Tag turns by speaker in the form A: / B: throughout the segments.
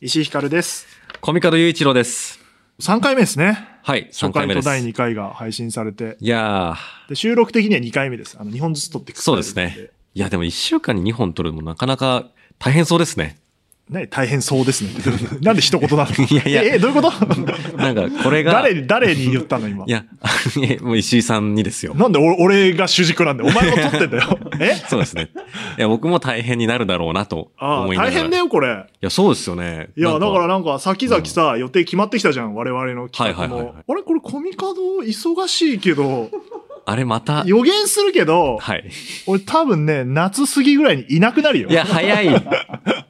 A: 石井ひかるです。
B: コミカド雄一郎です。
A: 3回目ですね。
B: はい、
A: 初
B: 3回
A: 回と
B: 目です。
A: 第2回が配信されて。
B: いや
A: で収録的には2回目です。あの、2本ずつ撮っていく
B: ー、そうですね。いや、でも1週間に2本取るのもなかなか大変そうですね。
A: ね、大変そうですね。 なんで一言なの
B: いやいや
A: え、えどういうこと
B: なんか、これが、
A: 誰に、誰に言ったの今
B: い。や、いやもう石井さんにですよ。
A: なんで俺俺が主軸なんで、お前も撮ってんだ よ。え
B: そうですね。いや、僕も大変になるだろうなと
A: ああ、
B: 思いなが
A: 大
B: ら。
A: 変だ
B: い
A: よ、これ。
B: や、そうですよね。
A: いや、だから
B: な
A: なんか、先々さ、予定決まってきたじゃん、我々の企画も。
B: はいはいはいはい
A: あれ、これ、コミカド忙しいけど、
B: んかあれまた、
A: 予言するけど、
B: はい。
A: 俺多分ね、夏過ぎぐらいにいなくなるよ。
B: いや、早い。もう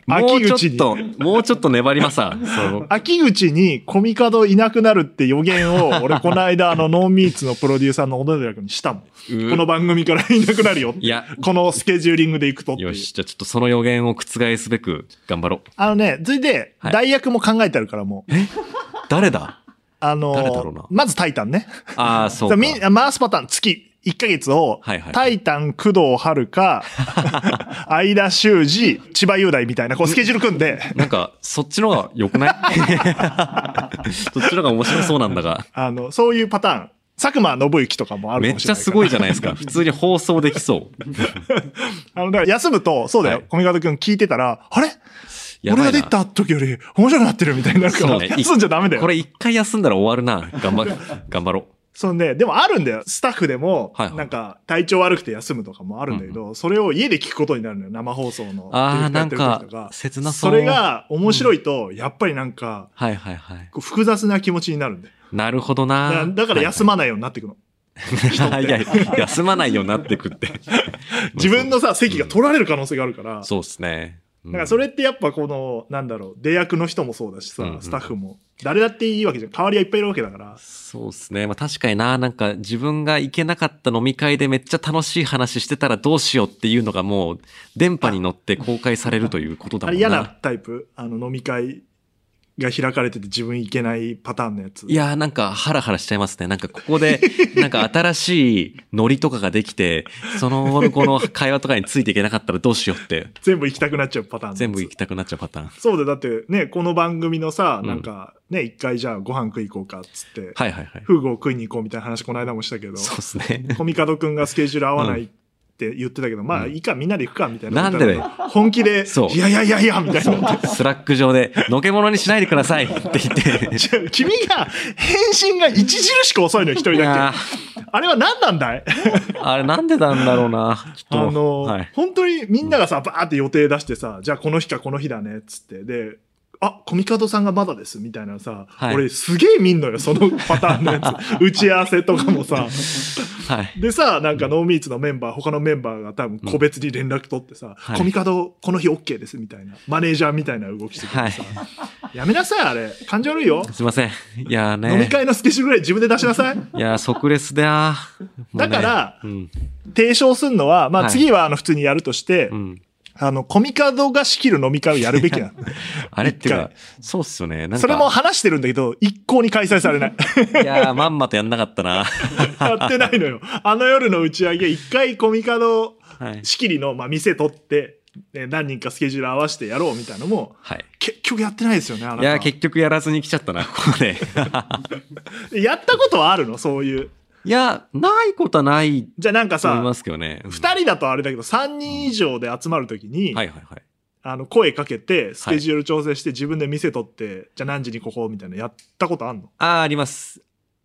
A: 秋
B: ち
A: 口
B: ょっ
A: に
B: と、もうちょっと粘りますわ。そう
A: 秋口にコミカドいなくなるって予言を、俺この間、あの、ノーミーツのプロデューサーの小野寺君にしたもん。こ
B: う
A: の番組からいなくなるよって
B: いや、
A: このスケジューリングでいくとっていう
B: よし、じゃあちょっとその予言を覆すべく頑張ろう。
A: あのね、それで、
B: はい
A: 代役も考えてあるからもう。
B: 誰だ
A: あの
B: 誰だろうな
A: まずタイタンね。
B: ああ、
A: そ
B: そうか
A: う。みん回すパターン、月1ヶ月を、
B: はいはい
A: タイタン、工藤遥 か、相田修二、千葉雄大みたいな、こうスケジュール組んで、
B: なんか、そっちの方が良くない そっちの方が面白そうなんだが。
A: あの、そういうパターン。佐久間信之とかもある
B: め
A: か
B: っ
A: もし
B: ち
A: れ
B: ゃ
A: ないか
B: す
A: ら
B: ごいじゃないですか。普通に放送できそう。
A: あの、だから休むと、そうだよ、
B: はい
A: 小見方くん聞いてたら、あれ
B: や
A: 俺
B: ば
A: が
B: いな
A: 出た時より面白くなってるみたいになるから、
B: そうね
A: 休んじゃダメだよ。
B: これ一回休んだら終わるな。頑張、頑張ろう。
A: そんで、でもあるんだよ。スタッフでも、
B: はいはい
A: なんか、体調悪くて休むとかもあるんだけど、それを家で聞くことになるのよ。生放送の。
B: あー
A: ディレクターやってる時と
B: なんか切なそ
A: そうれが面白いと、やっぱりなんか、
B: はいはいはい。
A: こう複雑な気持ちになるんだよ。
B: なるほど
A: だか
B: な
A: ら。だから休まないようになってくの。
B: はいいや、休まないようになってくって。
A: 自分のさ、席が取られる可能性があるから。
B: そうですね。うん
A: だからそれってやっぱこの、なんだろう、出役の人もそうだし
B: うんう
A: さ
B: ん、
A: スタッフも。誰だっていいわけじゃん。代わりはいっぱいいるわけだから。
B: そうですね。まあ確かにな、なんか自分が行けなかった飲み会でめっちゃ楽しい話してたらどうしようっていうのがもう電波に乗って公開されるということだ
A: あ
B: もん
A: れ
B: な。
A: 嫌なタイプあの飲み会が開かれてて自分行けないパターンのやつ。
B: いやーなんかハラハラしちゃいますね。なんかここ で、なんか新しいノリとかができて、そのこの会話とかについていけなかったらどうしようって、
A: 全部行きたくなっちゃうパターンのやつ。
B: 全部行きたくなっちゃうパターン。
A: そうで、だってね、この番組のさ、
B: うん
A: なんかね、一回じゃあご飯食い行こうかっつって、
B: はいはいはい。
A: フグを食いに行こうみたいな話この間もしたけど、
B: そうですね。
A: コミカドくんがスケジュール合わないって言ってたけど、まあいいか、みんなで行くかみたいな。
B: なんでだよ
A: 本気で、
B: そう
A: いやいやいやいや、みたいな。
B: スラック上で、のけものにしないでくださいって言って。
A: 違う 君が返信が著しく遅いのよ一人
B: いや
A: だけ。あれは何なんだい
B: ーあれなんでなんだろうな。ち
A: あ
B: ょっと
A: の、
B: はい。
A: 本当にみんながさ、バーって予定出してさ、じゃあこの日かこの日だね、っつって。で、あ、コミカドさんがまだです、みたいなさ、
B: はい
A: 俺すげえ見んのよ、そのパターンのや つ。打ち合わせとかもさ。
B: はい。
A: でさ、なんかノーミーツのメンバー、他のメンバーが多分個別に連絡取ってさ、
B: はい
A: コミカドこの日 OK です、みたいな。マネージャーみたいな動きしてく
B: は
A: る
B: い
A: さ、。やめなさい、あれ。感情悪いよ。
B: すいません。いやーね。
A: 飲み会のスケジュールぐらい自分で出しなさい。
B: いやー即レスでな。もう
A: だ
B: ね
A: から
B: うん。
A: 提唱するのは、ま
B: は
A: あ
B: い
A: 次はあの普通にやるとして、
B: うん。
A: あの、コミカドが仕切る飲み会をやるべきな の。
B: あれっていう
A: 一
B: か、そうっすよね。なんか
A: それも、話してるんだけど、一向に開催され ない。
B: いやーまんまとやんなかったな。
A: やってないのよ。あの夜の打ち上げ、一回コミカド
B: はい。
A: 仕切りの、まあ、店取って、ね、何人かスケジュール合わせてやろうみたいなのも、
B: はい。
A: 結局やってないですよね、あないた
B: やー結局やらずに来ちゃったな、ここで。
A: やったことはあるのそういう。
B: いやーないことはない
A: じゃあなんか
B: と思い
A: さ
B: ま、すけどね。うん
A: 二人だとあれだけど、三人以上で集まるときに、
B: はいはいはい。
A: あの、声かけて、スケジュール調整して、自分で店取って、じゃあ何時にここみたいなのやったことあんの
B: あー、あります。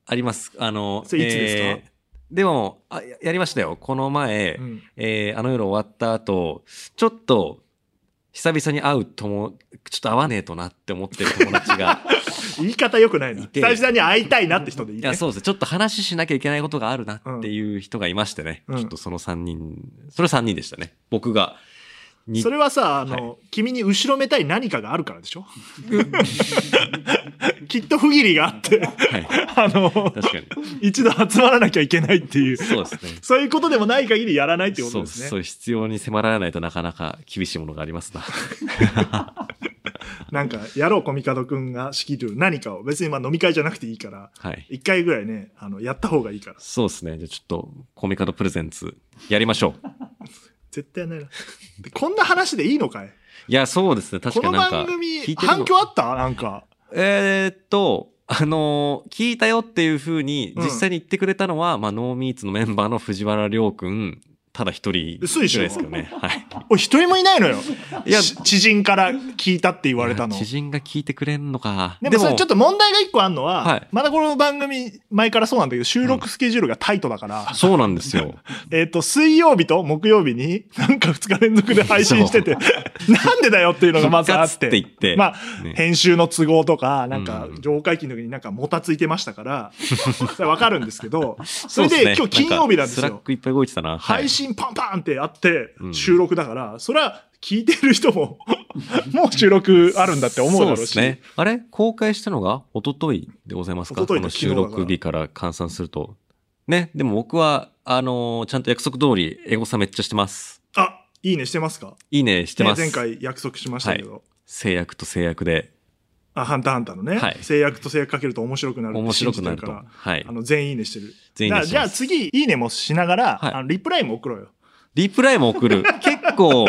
B: あります。あの、
A: それいつですか
B: えーでもあ、ややりましたよ。この前、
A: うん。
B: えーあの夜終わった後、ちょっと、久々に会う友、ちょっと会わねえとなって思ってる友達 が、
A: 言い方良くないな。
B: い
A: 久
B: て
A: 々に会いたいなって人でいい、
B: い
A: ね
B: や、。そうですね。ちょっと話しなきゃいけないことがあるなっていう人がいましてね。
A: うん
B: ちょっとその3人、それ3人でしたね。僕が。に
A: それはさ、あの、君に後ろめたい何かがあるからでしょ きっと不義理があって、
B: はい。
A: あの、
B: 確かに。
A: 一度集まらなきゃいけないっていう、
B: そうですね。
A: そういうことでもない限りやらないってこ
B: そ
A: と
B: う
A: ですね。
B: そう必要に迫られないとなかなか厳しいものがありますな。
A: なんか、やろう、コミカドくんが仕切る何かを、別にまあ飲み会じゃなくていいから、
B: はい。
A: 一回ぐらいね、あの、やった方がいいから。
B: そうですね。じゃあちょっと、コミカドプレゼンツ、やりましょう。
A: 絶対やんないな。でこんな話でいいのかい
B: いや、そうですね。確
A: こ
B: か
A: の
B: なん
A: 番
B: か、
A: 組
B: 聞い、てるの
A: 反響あったなんか。
B: えーっと、あのー聞いたよっていうふうに、
A: うん
B: 実際に言ってくれたのは、まあ、ノーミーツのメンバーの藤原亮くん、ただ一人ぐら
A: 嘘で
B: いで
A: しょ
B: すけどね。はい。
A: おい、一人もいないのよ。
B: いや
A: し知人から聞いたって言われたの。
B: 知人が聞いてくれんのか。
A: でもそれちょっと問題が一個あるのは、
B: はい
A: まだこの番組、前からそうなんだけど、収録スケジュールがタイトだから、
B: そうなんですよ。
A: えっ、と、水曜日と木曜日に、なんか2日連続で配信して て、 なんでだよっていうのがまずあっ
B: 復活って
A: て。
B: 言って
A: まあ、
B: ね
A: 編集の都合とか、なんか
B: うん、
A: 上会期の時になんかもたついてました から、それわかるんですけど、それで
B: うすね
A: 今日金曜日なんです
B: スラッ
A: よ。
B: クいっぱい動いてたな。はい
A: 配信パンパンってあって
B: う、ん
A: 収録だから、それは聞いてる人も、 もう収録あるんだって思うだろうし。
B: そうですね。あれ公開したのが一昨日でございますか
A: 一昨日
B: こ
A: の
B: の収録日から換算すると。ね。でも僕は、あのーちゃんと約束通り、エゴサめっちゃしてます。
A: あ、いいねしてますか
B: いいねしてます。
A: ね前回約束しましたけど。
B: 制約と制約で
A: あ、ハンターハンターのね、
B: はい
A: 制約と制約かけると面白くなるって
B: 面
A: 信
B: 白
A: じ
B: く
A: て
B: な
A: る
B: る
A: か
B: と。
A: ら、
B: はい
A: あ。の、全員いいねしてる。
B: 全員
A: だから
B: にし
A: じゃ
B: ま
A: あ
B: す。
A: 次、いいねもしながら、
B: はい
A: あのリプライも送ろうよ。
B: リプライも送る。結構、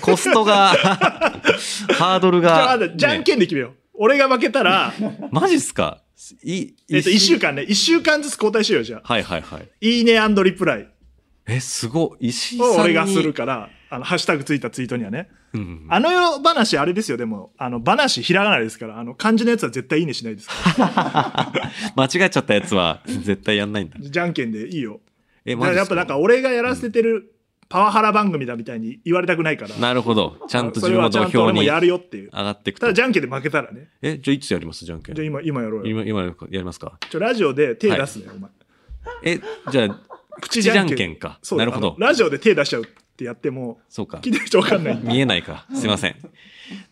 B: コス トが、ハードル
A: じゃあ、
B: が。
A: あじゃんけんで決めよう。俺が負けた ら、
B: ねマジっすかい、
A: えっと、
B: 一
A: 1週間ね、1週間ずつ交代しようよ、じゃあ。
B: はいはいはい。
A: いいねリプライ
B: え、すごい。石井さん
A: を
B: に。
A: 俺がするから、あの、ハッシュタグついたツイートにはね。
B: うんうん。
A: あの世話、あれですよ、でも、あの、話、ひらがなですから、あの、漢字のやつは絶対いいねしない ですから。
B: 間違えちゃったやつは、絶対やんないんだ。
A: じゃんけんでいいよ。
B: え、
A: だか
B: マ
A: ら
B: ジ
A: やっ
B: っすか
A: ぱなんか、俺がやらせてるパワハラ番組だみたいに言われたくないから。
B: なるほど。ちゃんと自
A: それ
B: 分の
A: はち
B: 土
A: ゃんと
B: 俵
A: 俺も
B: に上
A: やるよっていう。
B: がっていく
A: た
B: と
A: だ、。じゃんけんで負けたらね。
B: え、じゃあいつやりますじゃんけん
A: じゃあ。今、今やろうよ。
B: 今、今やるかやりますか
A: ちょ、ラジオで手出すね、お前。
B: え、じゃあ、
A: 口
B: 口じゃんけんか。
A: そう
B: なるほ
A: あの
B: ど。
A: ラジオで手出しちゃうってやっても、
B: そうか
A: 聞。いてる人わかん ない。
B: 見えないか。すいません。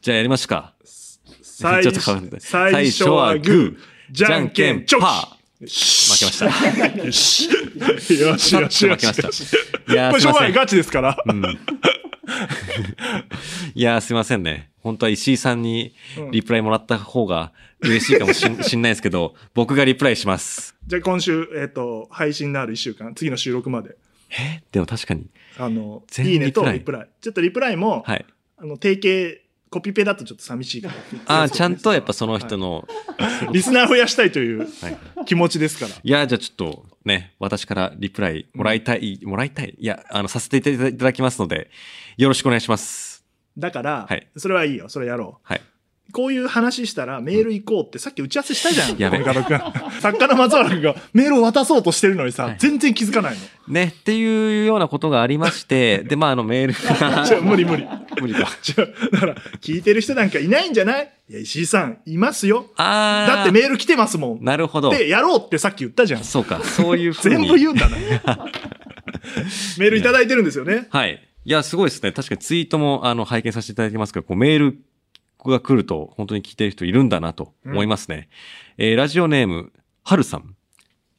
B: じゃあやりますか。
A: 最
B: ちょっと変わるね
A: 最初はグー、じゃんけん、チョキ。
B: パ
A: 負けま
B: 負けま
A: し
B: した。負
A: た。よし。よし、よし、よ
B: けま
A: し。
B: した。いや
A: こ
B: ー、
A: れ、
B: すい
A: 商
B: ませ
A: 売
B: ん。
A: ガチですから。
B: いやー、すいませんね。本当は石井さんにリプライもらった方が嬉しいかもし んしんないですけど、僕がリプライします。
A: じゃあ今週、えっと、配信のある1週間、次の収録まで、
B: えでも確かに。
A: あの、
B: 全
A: いいねと
B: リプライ
A: リプライ。ちょっとリプライも、
B: はい。
A: あの、定型、コピペだとちょっと寂しいから。
B: ああ、ちゃんとやっぱその人の、
A: リスナー増やしたいという
B: はい
A: 気持ちですから。
B: いや、じゃあちょっとね、私からリプライもらいたい、もらいたい。いや、あの、させていただいただきますので、よろしくお願いします。
A: だから、
B: はい
A: それはいいよ、それやろ
B: はい。
A: う。こういう話したらメール行こうってさっき打ち合わせしたじゃん、
B: やべ
A: 小見門君作家の松原君がメールを渡そうとしてるのにさ、
B: はい
A: 全然気づかないの。
B: ね、っていうようなことがあり まして、で、まあ、あの、メールが、
A: じゃあ無理無理。
B: 無理か。
A: じゃあだから、聞いてる人なんかいないんじゃないいや、石井さん、いますよ。
B: あー。
A: だってメール来てますもん。
B: なるほど。
A: で、やろうってさっき言ったじゃん。
B: そうか、そういうふう
A: 全
B: に。
A: 部言うんだな。 メールいただいてるんですよね。
B: はい。いや、すごいですね。確かにツイートも、あの、拝見させていただいてますけど、こう、メールが来ると、本当に聞いてる人いるんだなと思いますね。えーラジオネーム、はるさん。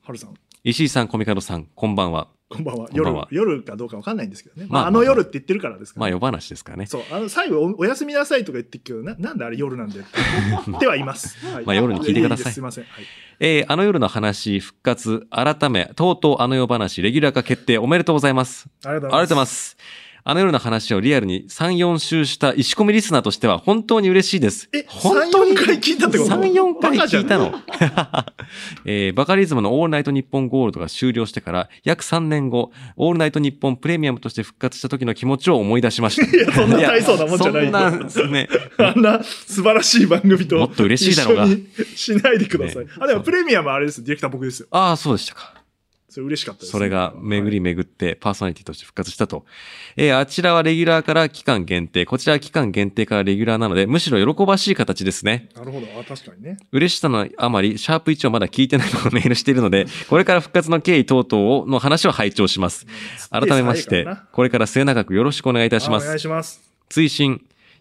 A: ハルさん、
B: 石井さん、コミカドさん、こんばんは。
A: こんばんは。
B: こんば
A: 夜
B: んは
A: 夜かどうかわかんないんですけどね。まあ、
B: まあ
A: あの夜って言ってるからですから、
B: まあ、夜話ですかね。
A: そう、あの、最後お、おやすみなさいとか言ってるけど、な、なんであれ夜なんでって。 ではいます。はい
B: まあ夜に聞いてください
A: ですすいません。はい
B: えーあの夜の話、復活、改め、とうとうあの夜話、レギュラー化決定、おめでとうございます。
A: ありがと
B: あ
A: うござ
B: りがと
A: いう
B: ござい
A: ま。
B: ますす。あの夜の話をリアルに3、4周した石込みリスナーとしては本当に嬉しいです。
A: え、
B: 本
A: 本
B: 当
A: 当
B: に
A: に回聞いたってこと
B: 3、4回
A: バカじゃ
B: 聞
A: ん
B: いたの。 えーバカリズムのオールナイトニッポンゴールドが終了してから約3年後、オールナイトニッポンプレミアムとして復活した時の気持ちを思い出しました。い
A: やそんな大層なもんじゃないよ
B: やそんなんですね。
A: あんな素晴らしい番組と
B: もっと嬉しいだろうが
A: 一緒にしないでください。
B: ね
A: あ、でもプレミアムはあれです。ディレクター僕ですよ。
B: ああ、そうでしたか。
A: それ嬉しかったです、
B: それが巡り巡ってパーソナリティとして復活したと。えーあちらはレギュラーから期間限定、こちらは期間限定からレギュラーなので、むしろ喜ばしい形ですね。
A: なるほど。あ、確かにね。
B: 嬉しさのあまり、シャープ1をまだ聞いてないのがメールしているので、これから復活の経緯等々をの話を拝聴します。改めま
A: い
B: し
A: いです
B: て
A: ねいいからな、
B: これから末永くよろしくお願いいたしま
A: あお願い
B: す。
A: します。
B: 追伸、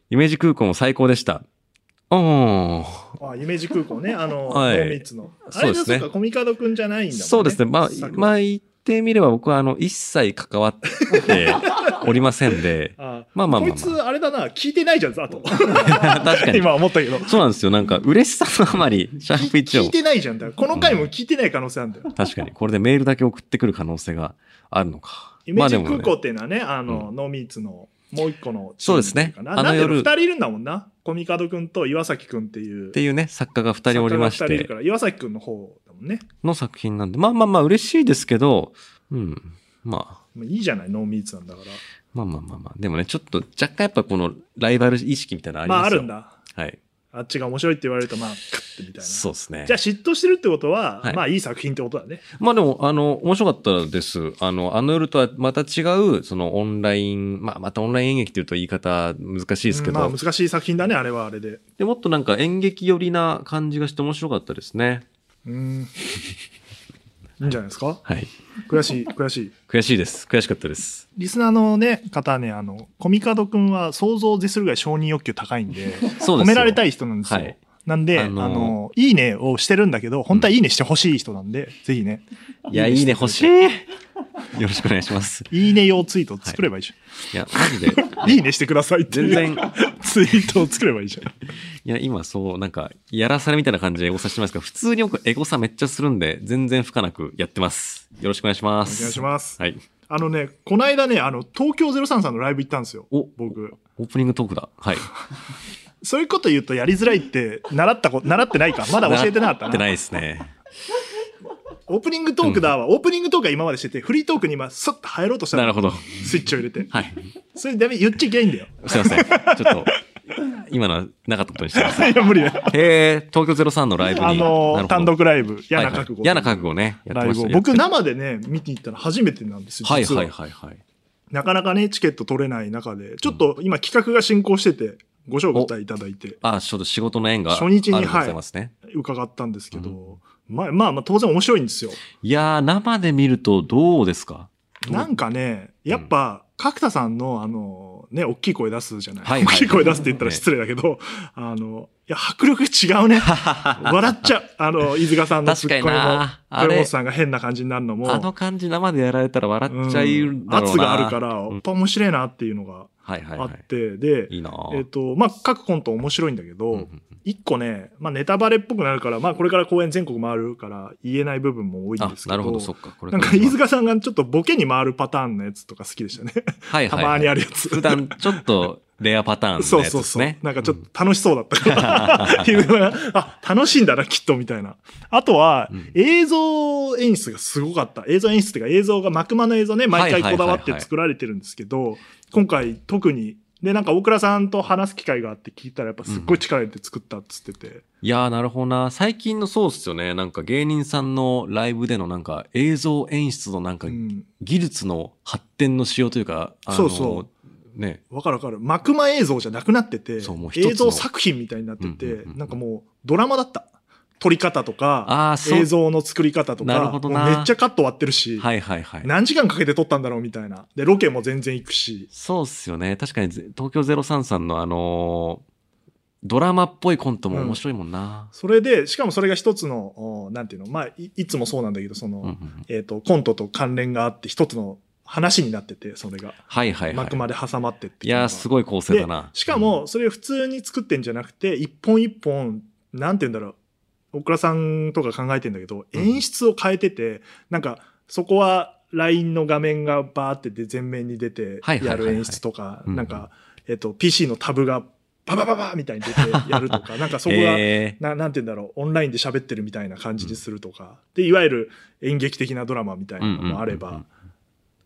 B: 夢二空港も最高でした。おー。
A: あ、夢二空港ね。あの、
B: はい
A: ノーミッツの。あ
B: そう
A: れ
B: で
A: です
B: ね
A: すか、コミカドくんじゃないんだもんね。
B: そうですね。まあ、
A: 作、
B: まあ言ってみれば僕はあの、一切関わっておりませんで
A: あ
B: まあまあまあまあ
A: こいつ、あれだな、聞いてないじゃん、あと。
B: 確か に。
A: 今思 ったけど。
B: そうなんですよ。なんか、嬉しさのあまり、シャープ
A: 聞
B: 1
A: い
B: を。
A: てないじゃんだよ。この回も聞いてない可能性あるんだよ。
B: 確かに。これでメールだけ送ってくる可能性があるのか。
A: イメージ
B: まあ
A: 空港
B: でもね
A: っていうのはね、あの、ノーミーツのもう一個のチー
B: そう
A: ム
B: で
A: ってい
B: すね
A: かな
B: あの
A: なんで
B: 夜
A: 二人いるんだもんな。コミカド君と岩崎君っていう。
B: っていうね、作家が二人おりまし
A: 作家が二人いる
B: て
A: か、ら岩崎君の方だもんね。
B: の作品なんで、まあまあまあ嬉しいですけど、うん。まあ、
A: まあいいじゃない、ノーミーツなんだか
B: まあまあまあまあ。でもね、ちょっと若干やっぱこのライバル意識みたいなのあ
A: ら。
B: り
A: ま
B: ま
A: あ
B: す
A: あ
B: よ
A: るんだ。
B: はい。
A: あっちが面白いって言われると、まあ、クッてみたいな。
B: そうですね
A: じゃあ。嫉妬してるってことは、
B: はい
A: まあいい作品ってことだね。
B: まあでも、あの、面白かったです。あの、あの夜とはまた違う、そのオンライン、まあまたオンライン演劇っていうと言い方難しいですけ
A: うん
B: ど、
A: まあ難しい作品だね、あれはあれで。
B: でもっとなんか演劇寄りな感じがして面白かったですね。
A: うん。いいんじゃないですか
B: はい。
A: 悔 しい、悔しい。
B: 悔しいです。悔しかったです。
A: リスナーのね、方はね、あの、コミカドくんは想像を絶するぐらい承認欲求高いんで、
B: そうですよ
A: 褒められたい人なんですよ。
B: はい
A: なんで、あ
B: あ
A: の
B: のー
A: いいねをしてるんだけど、本当はいいねしてほしい人なんで、ぜひね、
B: いや、いいね、欲しい。よろしくお願いします。
A: いいね用ツイートを作ればいいじ
B: いや、マジで。
A: ゃん。い、いねしてくださいっていう
B: 全
A: ツイートを作ればいいじゃん。
B: いや、今そう、なんか、やらされみたいな感じでエゴサしてますけど、普通に僕エゴサめっちゃするんで、全然吹かなくやってます。よろしくお願いします。
A: お願いします
B: はい。
A: あのね、この間ね、あの、東京03さんのライブ行ったんですよ。
B: お
A: 僕。
B: オープニングトークだ。はい。
A: そういうこと言うとやりづらいって、習ったこ、習ってない か。まだ教えてなかった
B: やって
A: な。
B: ないですね。
A: オープニングトークだわ。オープニングトークは今までしてて、フリートークに今、スッと入ろうとした
B: なる
A: ら、
B: ほど。
A: スイッチを入れて。
B: はい。
A: それダメ、言っちゃいけないんだよ。
B: すいません。ちょっと、今のはなかったことにしてください。
A: いや、無 理だよ。へ
B: えー、東京03のライブに。
A: あ
B: な
A: の
B: るほど
A: ー、単独ライブ、嫌な覚
B: はいはい
A: 悟。
B: 嫌な覚悟ね。やって
A: ライ
B: まし
A: ブ
B: た
A: を。
B: ね
A: 僕、生でね、見ていったの初めてなんですよ。
B: はい
A: 実
B: は
A: はい
B: はいはい。
A: なかなかね、チケット取れない中で、ちょっと今企画が進行してて、ご招待いただいて、
B: あ、ちょっと仕事の縁があ
A: 初
B: るん
A: 日に
B: でございますね。
A: 伺ったんですけど、まあまあまあ、当然面白いんですよ。
B: い、やー、生で見るとどうですか
A: なんかね、やっぱ、角田さんの、あの、ね、大きい声出すじゃない。
B: はいはい
A: 大きい声出すって言ったら失礼だけど、あの、いや、迫力違う ね。笑っちゃう。あの、飯塚さんのツッコミ
B: 確かに
A: も
B: な、あれ
A: 豊本さんが変な感じになるのも、
B: あの感じ生でやられたら笑
A: うん
B: っちゃいるだろうな、
A: 圧があるから、や
B: うん
A: っぱ面白いなっていうのが
B: はいはい
A: あ
B: は
A: っ
B: い。
A: て、で、
B: いいなぁ
A: えっ、と、まあ、各コント面白いんだけ
B: うんう
A: ど、
B: んうん
A: 一、個ね、まあ、ネタバレっぽくなるから、まあ、これから公演全国回るから言えない部分も多いん
B: あ
A: で、すけど、
B: なるほど、そっか。これ
A: なん
B: ら
A: か飯塚さんがちょっとボケに回るパターンのやつとか好きでしたね。
B: は い
A: た
B: はい、
A: ま
B: はい
A: に。あるやつ。
B: 普段ちょっとレアパターンのやつ
A: そう
B: です
A: そ
B: ね。
A: うそう。なんかちょっと楽しそうだった から。っていうのがあ、楽しいんだな、きっと、みたいな。あとは
B: うん、
A: 映像演出がすごかった。映像演出っていうか、映像が幕間の映像ね、毎回こだわっ
B: はいはいはいは
A: て
B: い
A: 作られてるんですけど、今回特に、で、なんか大倉さんと話す機会があって聞いたら、やっぱすっごい力入れて作ったっつってて。
B: いやー、なるほどな。最近のそうっすよね。なんか芸人さんのライブでのなんか映像演出のなんか
A: うん。
B: 技術の発展の仕様というか、あの。
A: そうそう
B: ね。
A: わかるわかる。幕間映像じゃなくなってて
B: そうもう、一つの
A: 映像作品みたいになって
B: うんうん
A: て
B: うんう、ん
A: なんかもうドラマだった。撮り方とか、
B: ああ、そう。
A: 映像の作り方と
B: な
A: か、
B: る
A: も
B: ほ
A: う
B: ど
A: め
B: な
A: っちゃカット割ってるし、
B: はいはいはい。
A: 何時間かけて撮ったんだろうみたいな。で、ロケも全然行くし。
B: そうっすよね。確かにぜ東京03さんのあのードラマっぽいコントも面白いもんな。
A: それで、しかもそれが一つの、おなんていうの、まあ、いいつもそうなんだけど、その、
B: うんうんうん
A: えっ、と、コントと関連があって、一つの話になってて、それが。
B: はいはいはい
A: 幕。まで挟まってって
B: い
A: いうのが。
B: やー、すごい構成だな
A: で。しかも、それ普通に作ってんじゃなくて、一本一本、なんて言うんだろう、大倉さんとか考えてんだけど、
B: うん
A: 演出を変えてて、なんか、そこは LINE の画面がバーってで全面に出て
B: はいはい
A: や
B: はいはい
A: る演出とか、
B: うんうん
A: なんか、えっと、PC のタブがババババみたいに出てやると か、なんかそこが、
B: え
A: ななんて言うんだろう、オンラインで喋ってるみたいな感じにするとか、で、いわゆる演劇的なドラマみたいなのもあれば、
B: うんうんうんうん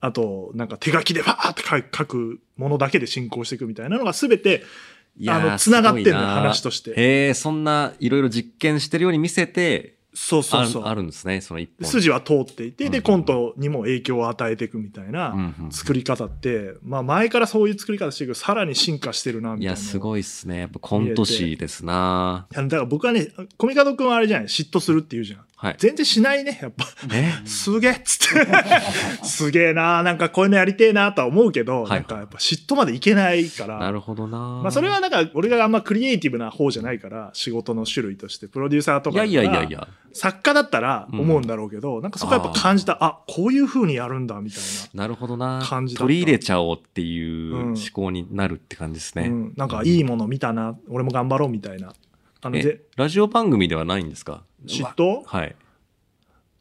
A: あと、なんか手書きでバーって書く書くものだけで進行していくみたいなのが全て、
B: い
A: あ
B: やー
A: の、繋がってんのよ
B: すごいな
A: 話として。
B: へえ、そんないろいろ実験してるように見せて、
A: そうそうそ
B: あるあ
A: う。
B: るんですね、その一本。
A: 筋は通っていて、
B: うんう
A: で、
B: ん
A: コントにも影響を与えていくみたいな
B: うんうん
A: 作り方って、まあ前からそういう作り方してるけど、さらに進化してるな、み
B: い
A: たい
B: や、
A: な。
B: す
A: い。
B: ごいっすね。やっぱコント師ですな。
A: だから僕はね、コミカド君はあれじゃない嫉妬するって言うじゃん。
B: はい。
A: 全然しないね、やっぱ。
B: え
A: すげえっつって。 すげえななんかこういうのやりてえなとは思うけど、
B: はいはい
A: なんかやっぱ嫉妬までいけないから。
B: なるほどな。ま
A: まあそれはなんか俺があんまクリエイティブな方じゃないから、仕事の種類として、プロデューサーと
B: い
A: かだ
B: や
A: から
B: いやいやいや。
A: 作家だったら思うんだろうけど、なんかそこはやっぱ感じた、あこういう風にやるんだみたい
B: なるほどな。
A: 感じだった
B: 取り入れちゃおうって
A: うん
B: いう思考になるって感じです
A: な、
B: ね。
A: うん、なんかいいもの見たな、俺も頑張ろうみたいな。あの
B: え
A: で、
B: ラジオ番組ではないんですか
A: 嫉
B: わ
A: 妬
B: はい。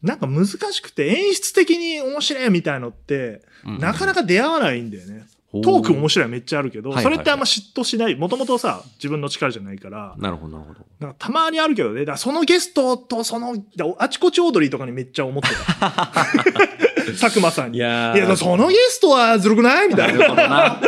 A: なんか難しくて、演出的に面白いみたいのって、なかな
B: か。
A: か出会わないんだよね。
B: ト
A: トーク面白いはめっちゃあるけど、
B: はい
A: それってあんま嫉妬しない、もともとさ、自分の力じゃないから、
B: なるほど、なるほど。
A: なんかたまにあるけどね、だからそのゲストとその、だあちこちオードリーとかにめっちゃ思ってた。 佐久間さんに。
B: いやー
A: いやそのゲストはずるくないみた い
B: な
A: な。
B: るほどな。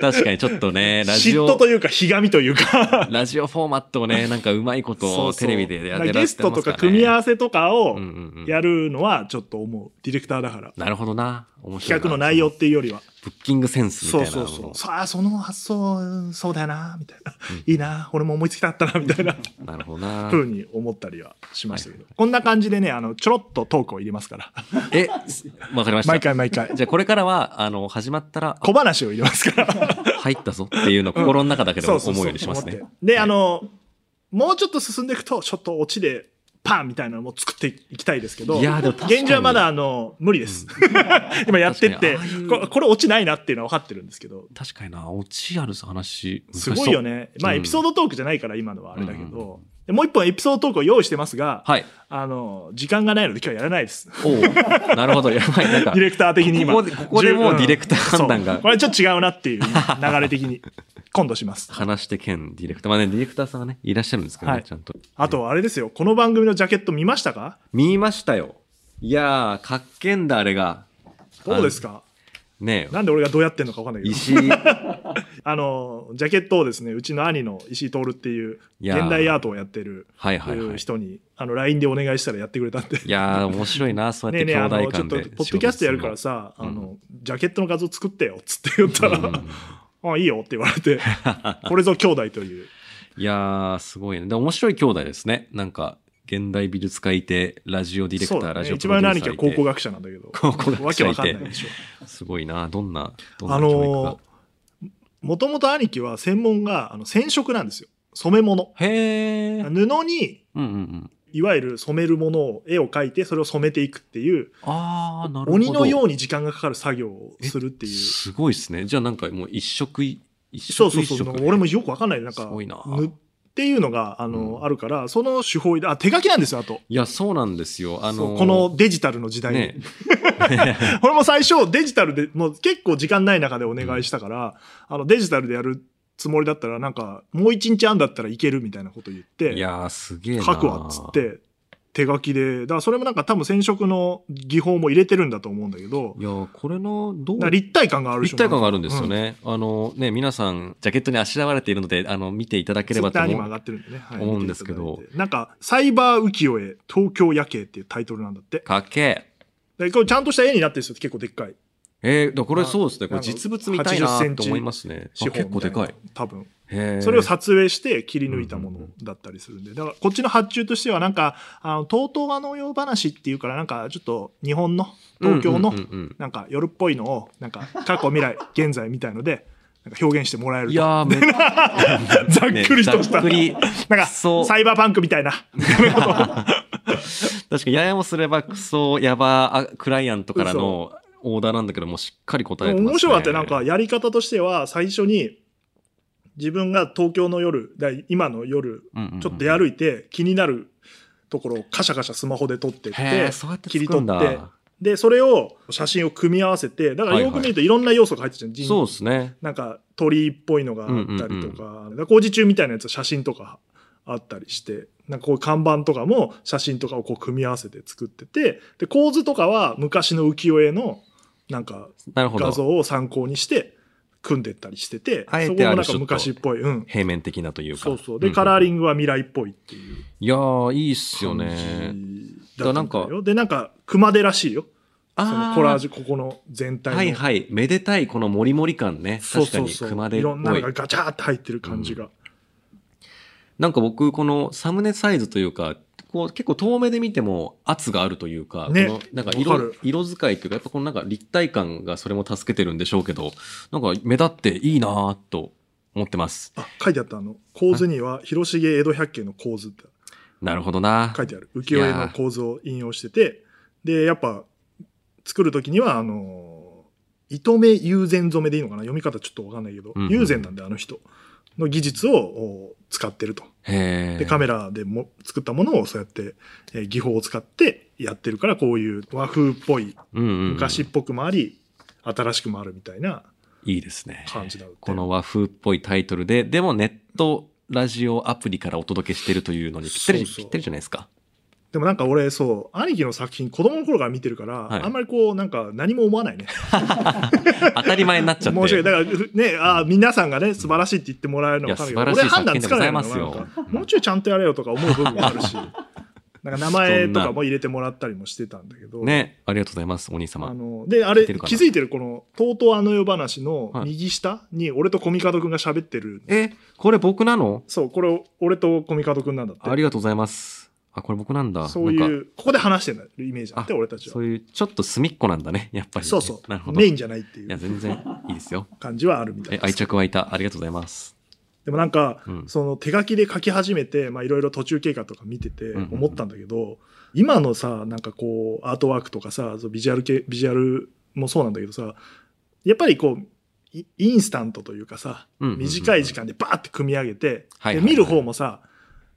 B: 確かにちょっ とね、ラジ
A: 嫉
B: オ
A: 妬、というか、ひがみというか。
B: ラジオフォーマットをね、なんかうまいこ
A: そ
B: と
A: うそう
B: テレビでや
A: だ
B: っ
A: か
B: て
A: ら
B: ら
A: ゲ
B: っし
A: ス
B: ゃ
A: ト
B: いま
A: と
B: すか
A: から
B: ね。
A: 組み合わせとかを
B: うんうんうん
A: やるのはちょっと思う。ディレクターだから。
B: なるほどな。面白いな。
A: 企画の内容っていうよりは。
B: ブッキングセンスみたい
A: そうそう
B: なも
A: そ
B: の
A: う。さあ、その発想、そうだよな、みたいな。いいな、俺も思いつきだったな、みたいな。
B: なるほどな
A: ふ。うに思ったりはしましたけど、
B: は
A: こんな感じでねあのちょろっとトークを入れますから
B: え、わかりました。
A: 毎
B: じ
A: 回毎回
B: ゃあこれからは、あの、始まったら、
A: 小話を入れますから
B: 入ったぞっていうのを心の中だけでも
A: そうそううそう
B: 思ようにしますね
A: 思っ。てであのもうちょっと進んでいくとちょっとオチでパンみたいなのも作っていきたいですけど
B: いやーでも確かに
A: 現状はまだあの無理です、 今やってって
B: 確かにああいう
A: ここれオチないなっていうのは分かってるんですけど
B: 確かにな、オチある話、難し
A: す
B: そう
A: ごいよ。ねまあ
B: うん
A: エピソードトークじゃないから今のはあれだけど、
B: うんうん
A: でもう一本エピソードトークを用意してますが、
B: はい。
A: あの時間がないので今日はやらないです
B: おお なるほど、やばい。なんか
A: ディ、レクター的に今。
B: ここでここで
A: 十
B: もう
A: 分
B: ディレクター判断が
A: そうこれちょっと違うなっていう流れ的 に、今度します。
B: 話して兼ディレクター。まあね、ディレクターさんがね、いらっしゃるんですけどね、
A: はい
B: ちゃんと。
A: あと、あれですよ。この番組のジャケット見ましたか
B: 見ましたよ。いやー、かっけんだ、あれが。
A: どうですか
B: ねえ
A: なんで俺がどうやってんのかわかんないけど。
B: 石井、
A: あの、ジャケットをですね、うちの兄の石井徹っていう、
B: いやー
A: 現代アートをやってる
B: はいはいはい
A: 人に、あの、LINE でお願いしたらやってくれたんで。
B: いやー、面白いな、そうや
A: ねえ
B: って
A: ね
B: 兄
A: え、あ
B: 弟
A: の、ちょ
B: 間
A: っと、
B: で。
A: ポッドキャストやるからさ、あの、ジャケットの画像作ってよ、つって言ったら、 あ、いいよって言われ て、これぞ兄弟という。
B: いやー、すごいね。で、面白い兄弟ですね。なんか、現代美術家いて、ラジオディレク
A: そう
B: ター、
A: だ
B: ラ
A: ね
B: ジオ
A: 一
B: プロ
A: 番
B: デ
A: の
B: ュ
A: 兄貴
B: ーサー
A: はい考
B: て。
A: 古学者なんだけど。
B: 高校学者いて
A: わけわかんないでしょ。
B: すごいな。どんな、どんな
A: あ
B: 教育が
A: のもともと兄貴は専門があの染色なんですよ。染め物。
B: へー。
A: 布に、
B: うんうんうん。
A: いわゆる染めるものを、絵を描いて、それを染めていくっていう、
B: あー、なるほど。
A: 鬼のように時間がかかる作業をするっていう。
B: すごいですね。じゃあなんかもう一色い、一
A: そう
B: 色
A: そうそう。
B: 一色。
A: なんか俺もよくわかんない。なん
B: す
A: か、
B: ごいな
A: ぬっていうのが、あの、
B: うん
A: あるから、その手法で、あ、手書きなんですよ、あと。
B: いや、そうなんですよ。あの
A: そ
B: ー
A: うこのデジタルの時代に。
B: ね、
A: 俺も最初デジタルで、もう結構時間ない中でお願いしたから、あのデジタルでやるつもりだったら、なんか、もう一日あんだったらいけるみたいなこと言っ
B: い
A: て、
B: やー、すげえな。
A: 書くわっつっ。て、手書きで、だからそれもなんか多分染色の技法も入れてるんだと思うんだけど
B: い、やー、これの、どう
A: だから立体感があるでし
B: 立
A: ょ
B: 体感があるんですよ。ね。あのね、皆さん、ジャケットにあしらわれているので、あの、見ていただけ
A: ツ
B: れ
A: イ
B: ば
A: ッ
B: と
A: ターに
B: 思
A: も上
B: う。
A: がってるんでね。はい
B: 思うんですけど。
A: 見ていただいてなんか、サイバー浮世絵東京夜景っていうタイトルなんだって。
B: かっけ
A: でこれちゃんとした絵になってるんですよ。結構でっかい。
B: え。えー、だからこれそうですね。こ
A: な
B: れ
A: んか
B: 実物みたいな
A: 80セン
B: と
A: チ
B: 思いますね。あ
A: 四方みた
B: 結
A: いな
B: 構でかい。。
A: 多分。
B: へー
A: それを撮影して切り抜いたものだったりするんで、だからこっちの発注としてはなんか、あの、東東和の洋話っていうからなんかちょっと日本の、東京の
B: うんうんうん
A: なんか夜っぽいのをなんか過去未来、現在みたいので、なんか表現してもらえ
B: うん
A: る
B: い
A: と。
B: やー、めっ
A: ざっくりとし。
B: ざったくり
A: なんか、
B: そう
A: サイバーパンクみたいな。
B: 確かにややもすればクソヤバあクライアントからのオーダーなんだけどもうしっかり答えてます、ね、
A: 面白かったよなんかやり方としては最初に自分が東京の夜、だい今の夜
B: うんうんうん
A: ちょっと出歩いて気になるところをカシャカシャスマホで撮ってっ
B: へ
A: て
B: ーそうやって
A: 切り
B: 作る
A: 取
B: んだ
A: ってでそれを写真を組み合わせてだからよく見るといろんな要素が入ってるじゃん、
B: そうですね
A: なんか鳥居っぽいのがあったりとか,、だから工事中みたいなやつは写真とかあったりしてなんかこういう看板とかも写真とかをこう組み合わせて作っててで構図とかは昔の浮世絵のなんか
B: なるほ
A: 画
B: ど
A: 像を参考にして組んでったりしてて
B: あえて
A: そこも
B: あ
A: な
B: る
A: ん
B: ち
A: か
B: ょっと
A: 昔っぽい、うん、
B: 平面的なというか
A: そうそうで、カラー
B: リ
A: リングは未来っぽいっていう。
B: いやーいいっすよね
A: 感じだった
B: だからなんか
A: んだよでなんか熊手らしいよそ
B: あ
A: のコラージュここの全体の、
B: はいはいめでたいこのモリモリ感ね
A: そう
B: 確か
A: そう
B: に
A: そう
B: 熊手っ
A: いろんなの
B: ぽい
A: がガチャーって入ってる感じが、
B: なんか僕このサムネサイズというかこう結構遠目で見ても圧があるというか、
A: ね
B: このなんか
A: わか
B: 色
A: る
B: 色使いというかやっぱこのなんか立体感がそれも助けてるんでしょうけどなんか目立っていいなーと思ってます
A: あ書いてあったあの構図には広重江戸百景の構図って
B: なるほどな
A: 書。いてある浮世絵の構図を引用しててでやっぱ作る時にはあの糸目友禅染めでいいのかな読み方ちょっとわかんないけど、
B: うんうん
A: 友禅なんであの人の技術をお使ってると
B: へ
A: で
B: え。
A: カメラでも作ったものをそうやって、えー技法を使ってやってるからこういう和風っぽい
B: うんうんうん
A: 昔っぽくもあり、新しくもあるみたいな
B: いいですね。
A: 感じだって
B: この和風っぽいタイトルで、でもネットラジオアプリからお届けしてるというのにぴったり、
A: そうそう
B: ぴったりじゃないですか。
A: でもなんか俺そう兄貴の作品子供の頃から見てるから、
B: はい
A: あんまりこうなんか何も思わないね
B: 当たり前になっ ちゃ
A: 申
B: っ
A: し訳ない
B: て。
A: だからねあー皆さんがね素晴らしいって言ってもらえるのはい
B: や
A: 分かるけど
B: 素晴ら
A: 俺判断
B: しい
A: つかないの
B: 作品でござい
A: なん
B: ますよ
A: かもうちょいちゃんとやれよとか思う部分もある しなんか名前とかも入れてもらったりもしてたんだけど、
B: ね、ありがとうございます、お兄
A: あ
B: 様。
A: のであれ
B: てるかな
A: 気づいてるこの「とうとうあの世話」の
B: はい
A: 右下に俺とコミカドくんが喋ってる、
B: え、これ僕なの
A: そうこれ俺とコミカドくんなんだって
B: ありがとうございます。あ、これ僕なんだ。
A: そう
B: なん
A: い
B: か
A: うここで話してるイメージあって俺たちは
B: そういう、ちょっと隅っこなんだね、やっぱりね、
A: そうそ
B: なるほ
A: う
B: ど。
A: メイ
B: い
A: ンじゃないってい
B: や、
A: う
B: 全然いいですよ。
A: 感じはあるみた
B: え
A: い、で
B: 愛
A: す
B: 着湧いた。ありがとうございます。
A: でもなんか、
B: うん
A: その手書きで書き始めてまあいろいろ途中経過とか見てて
B: うんうんうん
A: 思ったんだけど、今のさなんかこうアートワークとかさそうビジュアル系ビジュアルもそうなんだけどさやっぱりこうイインスタントというかさ、
B: うんうんうん
A: 短い時間でバーって組み上げて、
B: はいはい
A: で
B: はい
A: 見る方もさ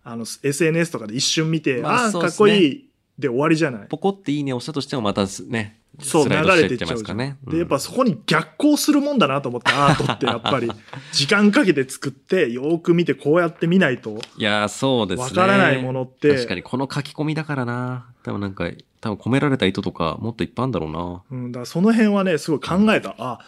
A: あの SNS とかで一瞬見て、
B: まあ
A: ああ、
B: そう
A: か
B: っ
A: っ
B: す
A: こ
B: ね
A: いいで終わりじゃない
B: ポコっていいね押したとしてもまたすね、
A: そう
B: ス
A: 流
B: ライドして
A: れて
B: っ
A: っ
B: ち
A: ち
B: ゃい
A: ゃ
B: ま
A: う
B: す
A: じ
B: か
A: ゃん
B: ね。うん
A: でやっぱそこに逆行するもんだなと思 ってアートってやっぱり時間かけて作ってよーく見てこうやって見ないと
B: いやー、そうですね。
A: わからないものって、
B: 確かに、この書き込みだからな。多分なんか、多分込められた意図とか、もっといっぱいあるんだろうな。
A: うん、だからその辺はねすごい考えた、あ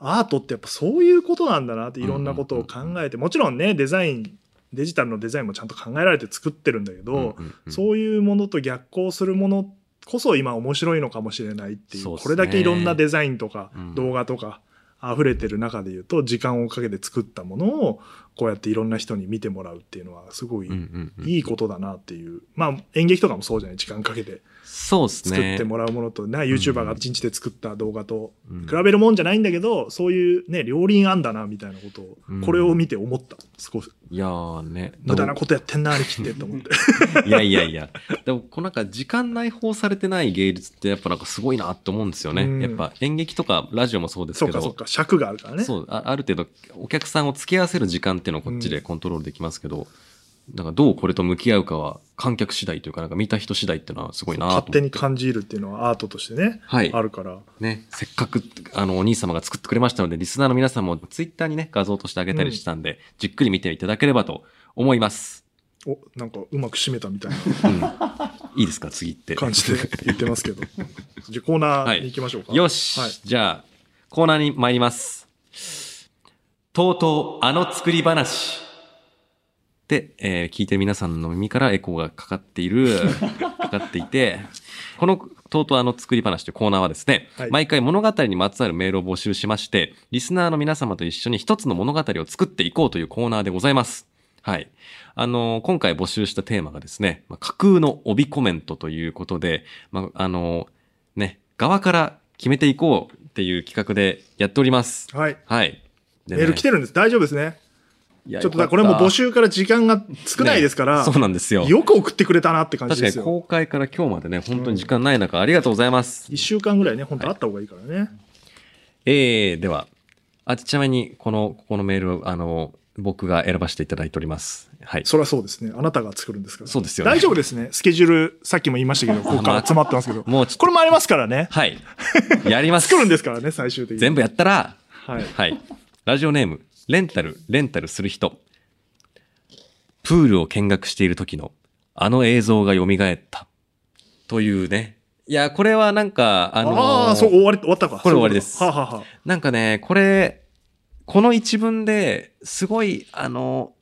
A: アートってやっぱそういうことなんだなっていろんなことを考えて、もちろんねデザインデジタルのデザインもちゃんと考えられて作ってるんだけど、
B: うんうんうん
A: そういうものと逆行するものこそ今面白いのかもしれないっていう
B: そうっすね
A: これだけいろんなデザインとか
B: うん
A: 動画とか溢れてる中で言うと時間をかけて作ったものをこうやっていろんな人に見てもらうっていうのはすごい
B: うんうんうん
A: いいことだなっていうまあ演劇とかもそうじゃない時間かけて
B: そうです
A: 作
B: ね。
A: ってもらうものとね YouTuber が1日で作った動画と
B: うん
A: 比べるもんじゃないんだけどそういうね両輪あんだなみたいなことを
B: うん
A: これを見て思った少し
B: いやーね。
A: 無駄なことやってんなあれ切ってと思って。
B: いやいやいや。でも、こうなんか時間内包されてない芸術ってやっぱなんかすごいなって思うんですよね。
A: うん
B: やっぱ演劇とかラジオもそうで す
A: そ
B: け
A: う
B: ど。
A: かそうか尺があるからね。
B: そうあ、ある程度お客さんを付き合わせる時間っていうのをこっちでコントロールできますけど、なんかどうこれと向き合うかは観客次第というか、なんか見た人次第っていうのはすごいなと思って
A: 勝手に感じるっていうのはアートとしてね、
B: はい
A: あるから。
B: ね、せっかく、あの、お兄様が作ってくれましたので、リスナーの皆さんもツイッターにね、画像としてあげたりしたんで、じっくり見ていただければと思います。
A: お、なんかうまく締めたみたいな
B: うん。いいですか、次って。
A: 感じで 言ってますけど。じゃあコーナーに行きましょうか。
B: よし、
A: はい。
B: じゃあ、コーナーに参ります。とうとう、あの作り話。で、えー聞いてる皆さんの耳からエコーがかかってい る、かかっていて、この、とうとうあの作り話というコーナーはですね、
A: はい
B: 毎回物語にまつわるメールを募集しまして、リスナーの皆様と一緒に一つの物語を作っていこうというコーナーでございます。はい。あの、今回募集したテーマがですね、まあ架空の帯コメントということで、まあ、あの、ね、側から決めていこうっていう企画でやっております。
A: はい。
B: はい。で
A: メ
B: ね
A: ール来てるんです。大丈夫ですね。
B: いや
A: ちょっと
B: よ
A: だ
B: か
A: これも募集から時間が少ないですから、
B: ねそうなんですよ。
A: よく送ってくれたなって感じ
B: 確
A: で
B: か
A: す
B: に
A: よ。
B: 公開から今日までね、本当に時間ない中、ありがとうございます。
A: 一週間ぐらいね、本当あった方がいいからね。
B: えー、では、あ、ちなみに、この、ここのメールを、あの、僕が選ばせていただいております。はい。
A: そりゃそうですね。あなたが作るんですから。
B: そうですよね
A: 大丈夫ですね。スケジュール、さっきも言いましたけ ど、ここから詰まってますけど。
B: もうちょっと
A: これもありますからね。
B: はい。やります。
A: 作るんですからね、最終的に。
B: 全部やったら、
A: はい。
B: はい。ラジオネーム、レンタル、レンタルする人。プールを見学している時の、あの映像が蘇った。というね。いや、これはなんか、あ
A: あ
B: のー
A: あー、そう、終わり、終わったか。
B: これ終わりです
A: そういうことかはあはあはあ
B: なんかね、これ、この一文ですごい、あの、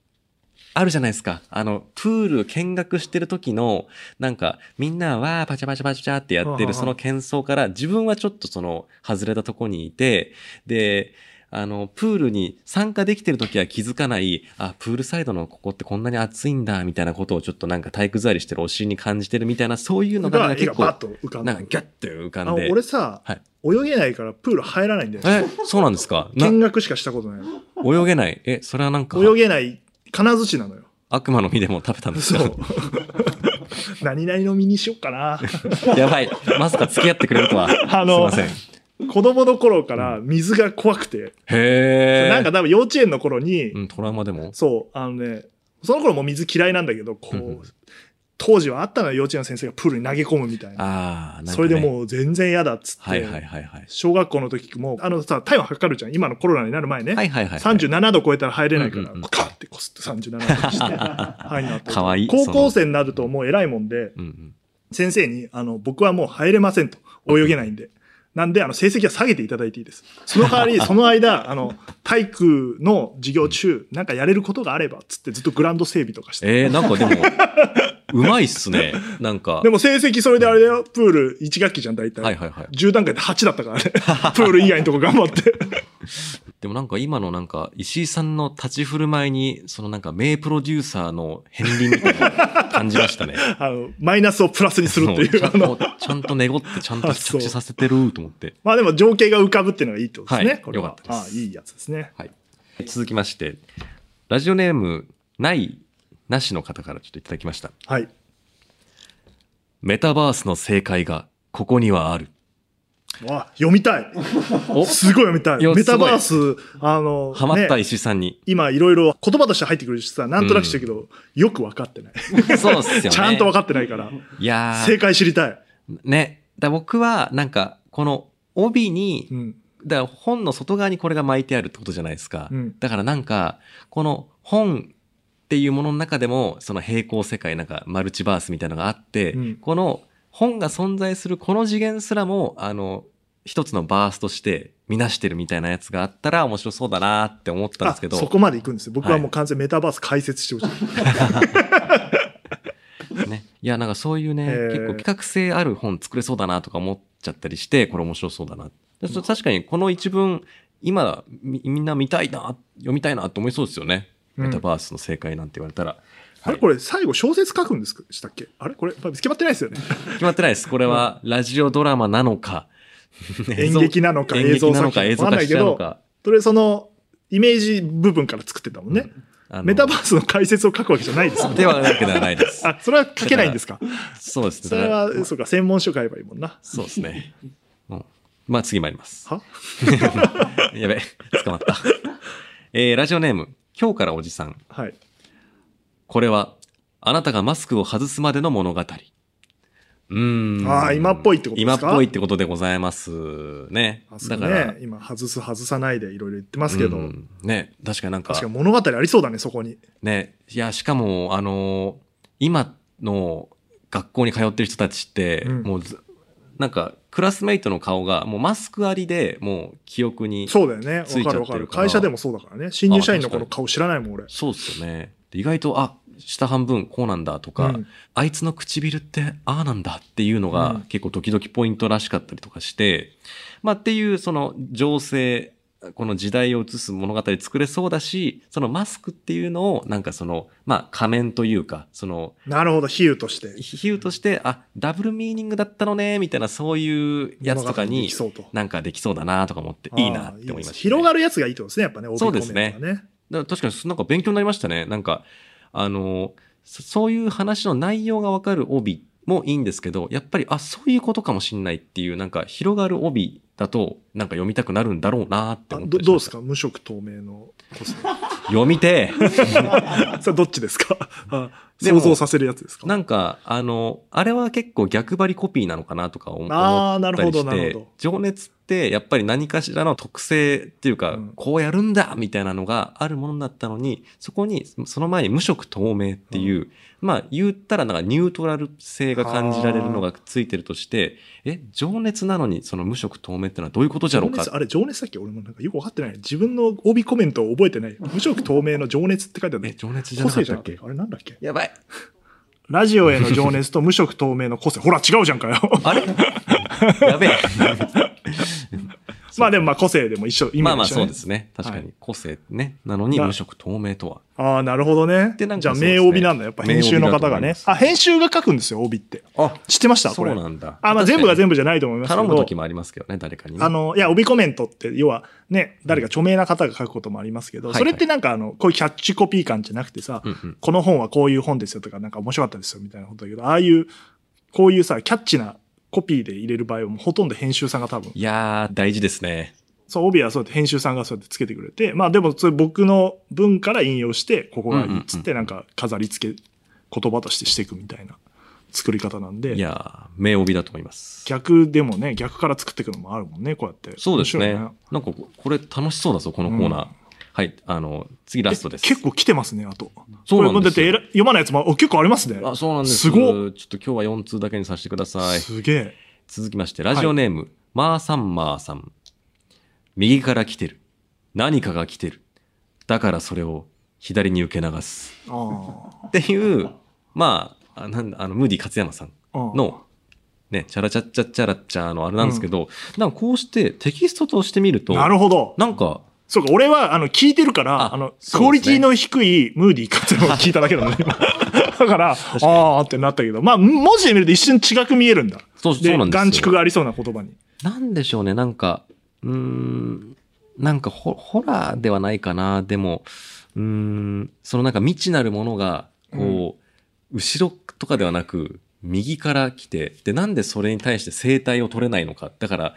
B: あるじゃないですか。あの、プール見学してる時の、なんか、みんなはパチャパチャパチャパチャってやって
A: はあは
B: る
A: あ
B: その喧騒から、自分はちょっとその、外れたとこにいて、で、あの、プールに参加できてる時は気づかない、あ、プールサイドのここってこんなに暑いんだ、みたいなことをちょっとなんか体育座りしてるお尻に感じてるみたいな、そういうのがなんか
A: 絵
B: 結
A: がバッ
B: 構、
A: と浮かん
B: なんか
A: で
B: ギャッて浮か
A: あ
B: んで。
A: 俺さ、
B: はい
A: 泳げないからプール入らないんだよ、
B: え、そうなんですかな
A: 見学しかしたことない
B: 泳げない。え、それはなんか、
A: 泳げない金槌なのよ
B: 悪魔の実でも食べたんです
A: そう
B: よ。
A: 何々の身にしよっか な
B: やばい。まさか付き合ってくれるとは。
A: あの
B: すいません。
A: 子供の頃から水が怖くて、
B: へえ。
A: なんか多分幼稚園の頃に、
B: うん、トラウマでも。
A: そうあのねその頃も水嫌いなんだけどこう、
B: うんうん
A: 当時はあったのは幼稚園の先生がプールに投げ込むみたいな。
B: ああ、なんかね
A: それでもう全然嫌だっつって、
B: はいはいはいはい。
A: 小学校の時も、あのさ、体温測るじゃん。今のコロナになる前ね。
B: はいはいはい。
A: 37度超えたら入れないから、
B: うんうんうん
A: カッてこすって37度 にして、はいなった
B: かわいい
A: 高校生になるともう偉いもんで、
B: うんうん。
A: 先生に、あの、僕はもう入れませんと。泳げないんで。なんで、あの、成績は下げていただいていいです。その代わり、 その間、あの、体育の授業中、なんかやれることがあれば、つってずっとグラウンド整備とかして。
B: えー、なんかでも、うまいっすね。なんか。
A: でも成績それであれだよ、プール1学期じゃん、大体。
B: はいはいはい。
A: 10段階で8だったからね。プール以外のとこ頑張っ て。
B: でもなんか今のなんか石井さんの立ち振る舞いに、そのなんか名プロデューサーの片鱗みたいなの感じましたね。
A: あの、マイナスをプラスに するっていう。
B: そ
A: あ
B: うちゃん
A: の、
B: と、ちゃんと寝ごってちゃんと
A: あそう
B: 着地させてると思って。
A: まあでも情景が浮かぶっていうのがいいってことですね。
B: はい
A: これは
B: よかったです
A: ああいいやつですね。
B: はい。続きまして、ラジオネーム、ない、なしの方からちょっといただきました。
A: はい。
B: メタバースの正解が、ここにはある。
A: わあ読みたい。
B: お
A: すごい読みた
B: いや
A: い。メタバース、あの、
B: ハマった
A: ね
B: 石井さんに。
A: 今いろいろ言葉として入ってくるしさ、なんとなくしたけど、よく分かってない。
B: そうっすよね。
A: ちゃんと分かってないから、
B: いや
A: 正
B: ー、
A: 解知りたい。
B: ね。だ僕は、なんか、この帯に
A: う、ん。
B: だから本の外側にこれが巻いてあるってことじゃないですか。
A: うん
B: だからなんか、この本っていうものの中でも、その平行世界、なんかマルチバースみたいなのがあって、
A: うん
B: この本が存在するこの次元すらも、あの、一つのバースとして見なしてるみたいなやつがあったら面白そうだなって思ったんで
A: あ
B: すけ
A: そ
B: ど、
A: こまで行くんですよ。僕は
B: は
A: もう
B: い
A: 完全にメタバース解説してほしい。
B: ね。いや、なんかそういうね、
A: へー
B: 結構企画性ある本作れそうだなとか思っちゃったりして、これ面白そうだな。でそ確かにこの一文、今み、みんな見たいな、読みたいなって思いそうですよね。
A: うん
B: メタバースの正解なんて言われたら。
A: あれこれ最後小説書くんですかしたっけあれこれ、まあ決まってないですよね。
B: 決まってないです。これはラジオドラマなのか、
A: 演劇なのか
B: 演
A: 映
B: 劇
A: 像
B: なの
A: 作
B: か、映
A: 品
B: 像
A: わかん
B: 化
A: な
B: し
A: いけ
B: ちゃうの
A: ど、
B: か。
A: それその、イメージ部分から作ってたもんね。
B: あの
A: メタバースの解説を書くわけじゃない ですよね。
B: ではなくではないです。
A: あ、それは書けないんですか
B: そうですね。
A: それ
B: だか
A: は、
B: ら
A: そうか、専門書買えばいいもんな。
B: そうですね。うんまあ次参ります。
A: は
B: やべ、捕まった。えー、ラジオネーム、今日からおじさん。
A: はい。
B: これは、あなたがマスクを外すまでの物語。うーん。
A: あー今っぽいってことですか
B: 今っぽいってことでございます。ね。
A: あそ
B: だ
A: う
B: から
A: ね、、今、外す、外さないでいろいろ言ってますけど、
B: うんね、確かになんか、
A: 確かに物語ありそうだね、そこに。
B: ね、いや、しかも、あのー今の学校に通ってる人たちって、
A: うん
B: もうず、なんか、クラスメイトの顔が、もうマスクありで、もう記憶に。
A: そうだよね。わ
B: ついち
A: か
B: ゃって
A: る
B: る
A: わ
B: か
A: からる。会社でもそうだからね。新入社員の子の
B: あ
A: 顔知らないもん、俺。
B: そうっすよね。で意外と、あ、下半分こうなんだとか、
A: うん
B: あいつの唇ってああなんだっていうのが
A: うん
B: 結構時々ポイントらしかったりとかして、まあっていうその情勢、この時代を映す物語作れそうだし、そのマスクっていうのをなんかその、まあ仮面というか、その
A: なるほど、比喩として。
B: 比喩として、あ、ダブルミーニングだったのね、みたいなそういうやつと
A: 物
B: か
A: 語で
B: に
A: き、そうと。
B: なんかできそうだなとか思って、いいなって思いました
A: あ
B: ね、
A: ーです広がるやつがいいってことですね、やっぱね、
B: そうですね
A: 帯コメントがね。
B: だから確かにそなんか勉強になりましたね。なんか、あの、そそういう話の内容がわかる帯もいいんですけど、やっぱり、あ、そういうことかもしんないっていう、なんか広がる帯だと、なんか読みたくなるんだろうなって
A: あ
B: 思っ
A: ど
B: て。
A: どうですか無色透明のコスメ。
B: 読みてえ
A: さあ、どっちですかあ
B: でも
A: 想像させるやつですか
B: なんか、あの、あれは結構逆張りコピーなのかなとか思思
A: あー
B: っ
A: なる
B: たり
A: ほ
B: し
A: ど
B: て、
A: なるほど
B: 情熱ってやっぱり何かしらの特性っていうか、
A: うん
B: こうやるんだみたいなのがあるものだったのに、そこに、その前に無色透明っていう、まあ言ったらなんかニュートラル性が感じられるのがついてるとして、え、情熱なのにその無色透明ってのはどういうことじゃろう
A: 情
B: か
A: 熱あれ、情熱だっけ俺もなんかよくわかってない。自分の帯コメントを覚えてない。無色透明の情熱って書いてあ
B: え、
A: る。
B: 情熱じゃ
A: 個
B: なか
A: 性
B: っ
A: じゃ
B: た
A: な
B: っ
A: くて
B: け
A: あれなんだっけ
B: やばい。
A: ラジオへの情熱と無色透明の個性。ほら、違うじゃんか よ。
B: あれやべえ。
A: まあでもまあ個性でも一緒。意味
B: まあ
A: は
B: まあ
A: 一緒ね
B: そうですね。確か
A: は
B: に個性ね。なのに
A: だ
B: 無色透明とは。
A: ああ、なるほどね。
B: でなんか
A: じゃあ、
B: そうです
A: 名
B: ね
A: 帯なんだ。やっぱ編集の方
B: 名
A: が
B: 帯だ
A: ね
B: と。思いま
A: あ、編集が書くんですよ、帯って。
B: あ、
A: 知ってました
B: そ
A: これ。
B: うなんだ。
A: あ、まあ全部が
B: 部
A: 全部じゃないと思いますけど。
B: 頼む時もありますけどね、誰かにね。
A: あの、いや、帯コメントって、要はね、誰か著名な方が書くこともありますけど、
B: はいはい
A: それってなんかあの、こういうキャッチコピー感じゃなくてさ、
B: うんうん
A: この本はこういう本ですよとか、なんか面白かったですよみたいなことだけど、ああいう、こういうさ、キャッチなコピーで入れる場合はもうほとんど編集さんが多分、
B: いやー、大事ですね。
A: そう、帯はそうやって編集さんがそうやってつけてくれて、まあでもそれ僕の文から引用して、ここがいいっつってなんか飾り付け言葉としてしていくみたいな。作り方なんで。
B: いやー、名帯だと思います。
A: 逆でもね、逆から作っていくのもあるもんね、こうやって。
B: そうですね。
A: 面白い
B: なんか、これ楽しそうだぞ、このコーナー。
A: うん
B: はい、あの、次ラストです。
A: え結構来てますね、あと。
B: そうな
A: これ
B: ん
A: もう
B: で
A: だっ
B: す
A: て
B: よ
A: えら読まないやつもお結構ありますね。
B: あ、そうなんです。
A: す
B: ち
A: ご
B: ょっと今日は4通だけにさせてください。
A: すげえ。
B: 続きまして、ラジオネーム、マーサンマーさん。右から来てる。何かが来てる。だからそれを左に受け流す。
A: あ
B: っていう、まあ、あなんだあの、ムーディ勝山さん
A: あ。うん
B: の、ね、チャラチャッチャッチャラッチャーのあれなんですけど、なんかこうしてテキストとしてみると、
A: なるほど。
B: なんか、
A: そうか、俺は、あの、聞いてるから、
B: あ
A: あの、
B: そうですね
A: クオリティの低いムーディーかっていうのを聞いただけ なのね。だから、あ
B: かに
A: あーってなったけど、まあ、文字で見ると一瞬違く見えるんだ。
B: そうそうなんですよ
A: 眼蓄がありそうな言葉に。
B: なんでしょうね、なんか、うーん、なんかホホラーではないかな、でも、うーん、そのなんか未知なるものが、こう、後ろとかではなく、右から来て、で、なんでそれに対して生態を取れないのか。だから、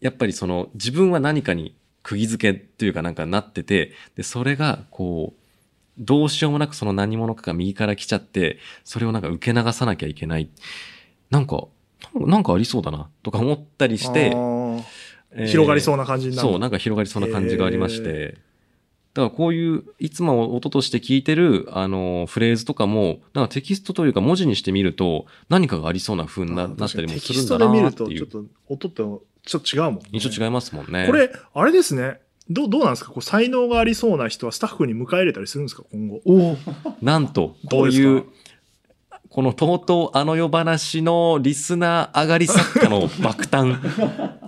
B: やっぱりその、自分は何かに釘付けというかなんかなってて、で、それが、こう、どうしようもなくその何者かが右から来ちゃって、それをなんか受け流さなきゃいけない。なんか、なんかありそうだな、とか思ったりして
A: あ、ー
B: えー
A: 広がりそうな感じになる。
B: そう、なんか広がりそうな感じがありまして、だからこういう、いつも音として聞いてる、あの、フレーズとかも、なんかテキストというか文字にしてみると、何かがありそうな風に
A: あ
B: な
A: ー
B: なったり
A: 確かに
B: も
A: テ
B: す
A: キ
B: るん
A: スト
B: だ
A: で
B: な
A: 見る
B: って
A: と、
B: い
A: ちょ
B: う
A: っ。と、音とちょっと違うもん、ね。
B: 印象違いますもんね。
A: これ、あれですね。どう、どうなんですかこう、才能がありそうな人はスタッフに迎え入れたりするんですか今後。
B: おなんと、
A: ど
B: こ
A: う
B: う
A: です
B: いう
A: か、
B: このとうとうあの夜話のリスナー上がり作家の爆 誕。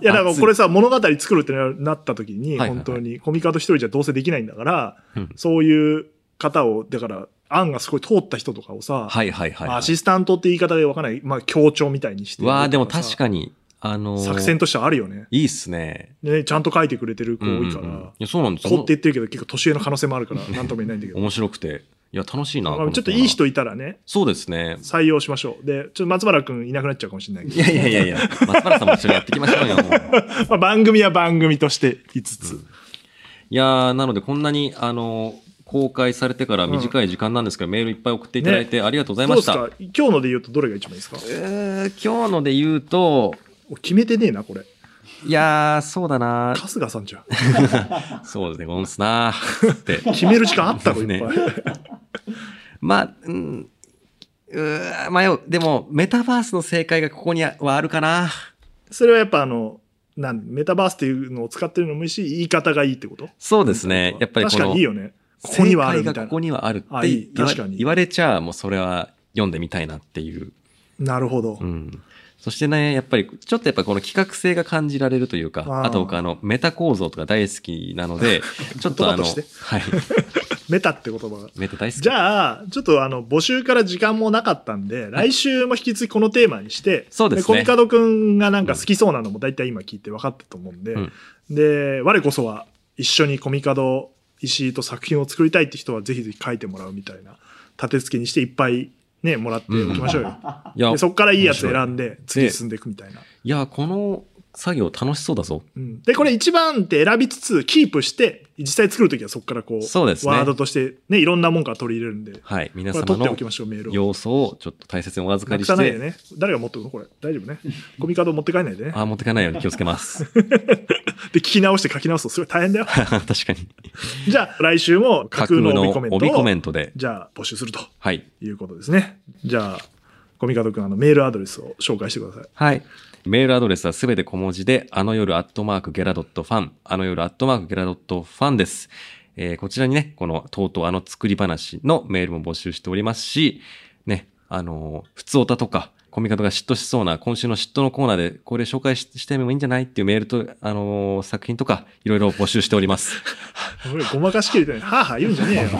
A: いや、だから
B: 熱い
A: これさ、物語作るってなった時に、
B: はいはいはい
A: 本当にコミカド一人じゃどうせできないんだから
B: うん、
A: そういう方を、だから、案がすごい通った人とかをさ、
B: はいはいはい、
A: まあ
B: は
A: ア
B: い。
A: シスタントって言い方でわかんない、まあ、協調みたいにして。
B: わあでも確かに、あのー
A: 作戦としてはあるよね。
B: いいっすね。
A: ね、ちゃんと書いてくれてる子多いか
B: うんうんうん
A: ら
B: い、やそうなんです
A: 子って言ってるけど結構年上の可能性もあるから、なんとも言えないんだ けど。
B: 面白くて。いや、楽しいな。
A: まあ
B: この
A: ちょっといい人いたらね、
B: そうですね。
A: 採用しましょう。で、ちょっと松原くんいなくなっちゃうかもしれないけ
B: いやいやいやいや、松原さんも一緒にやっていきましょうよ。もう
A: ど、 まあ、番組は番組として5つ。
B: いやー、なのでこんなに、あの、公開されてから短い時間なんですけど、メールいっぱい送っていただいてありがとうござい
A: どう
B: ま
A: で
B: し
A: す
B: た。
A: か今日ので言うとどれが一番いいですか
B: えー今日ので言うと、
A: 俺決めてねえな、これ。
B: いやー、そうだな
A: 春日さんじゃん。
B: そうですね、ゴンスなーって。
A: 決める時間あったのいっぱい。
B: まあ、うん、うー迷う。でも、メタバースの正解がここにはあるかな。
A: それはやっぱあの、なんメタバースっていうのを使ってるのもいいし、言い方がいいってこと
B: そうですね。やっぱりこの、
A: 確かにいいよね。ここにはある
B: 正
A: み
B: 解
A: た
B: が
A: い
B: ここにはあるって
A: あいい
B: 言わ
A: 確かに
B: 言われちゃもうそれは読んでみたいなっていう。
A: な。なるほど
B: う。ん。そしてね、やっぱり、ちょっとやっぱこの企画性が感じられるというか、
A: あ
B: あ
A: ー
B: と僕あの、メタ構造とか大好きな ので、ちょっとあの、
A: 言葉と
B: はい、
A: メタって言葉が。
B: メタ大好き。
A: じゃあ、ちょっとあの、募集から時間もなかったんで、来週も引き続きこのテーマにして、
B: そうですね
A: コミカドくんがなんか好きそうなのも大体今聞いて分かったと思うんで、
B: うん
A: で、我こそは一緒にコミカド石井と作品を作りたいって人はぜひぜひ書いてもらうみたいな立て付けにしていっぱいね、もらっておきましょうよ。
B: いや
A: で、そこからいいやつ選
B: で。
A: んで、次進んでいくみたいな。
B: いや、この作業楽しそうだぞ。
A: うんで、これ一番って選びつつ、キープして、実際作るときはそこからこう、
B: そうですね
A: ワードとしてね、いろんなもんから取り入れるんで、こ
B: はい、皆
A: れ
B: 様
A: は取ってお
B: の
A: きましょう、メールを。
B: 要素をちょっと大切にお預か
A: な
B: り
A: く
B: し
A: さないで
B: て、
A: ね。誰が持ってくのこれ。大丈夫 ね。コミカド持って帰んないでね。
B: あー、持ってかないように気をつけます。。
A: で、聞き直して書き直すとすごい大変だよ
B: 確かに。
A: じゃあ、来週も架空
B: 架空
A: の
B: の
A: 帯コメント
B: 帯コ
A: を
B: メ、ントで。
A: じゃあ、募集すると
B: はい。
A: いうことですね。じゃあ、コミカドくん、あの、メールアドレスを紹介してください。
B: はい。メールアドレスはすべて小文字で、あの夜アットマークゲラドットファン、あの夜アットマークゲラドットファンです。えーこちらにね、この、とうとうあの作り話のメールも募集しておりますし、ね、あのー普通歌とか、コミカドが嫉妬しそうな、今週の嫉妬のコーナーで、これ紹介ししてもいいんじゃないっていうメールと、あのー作品とか、いろいろ募集しております。
A: 俺ごまかしきれてない。はあはあ言うんじゃねえよ。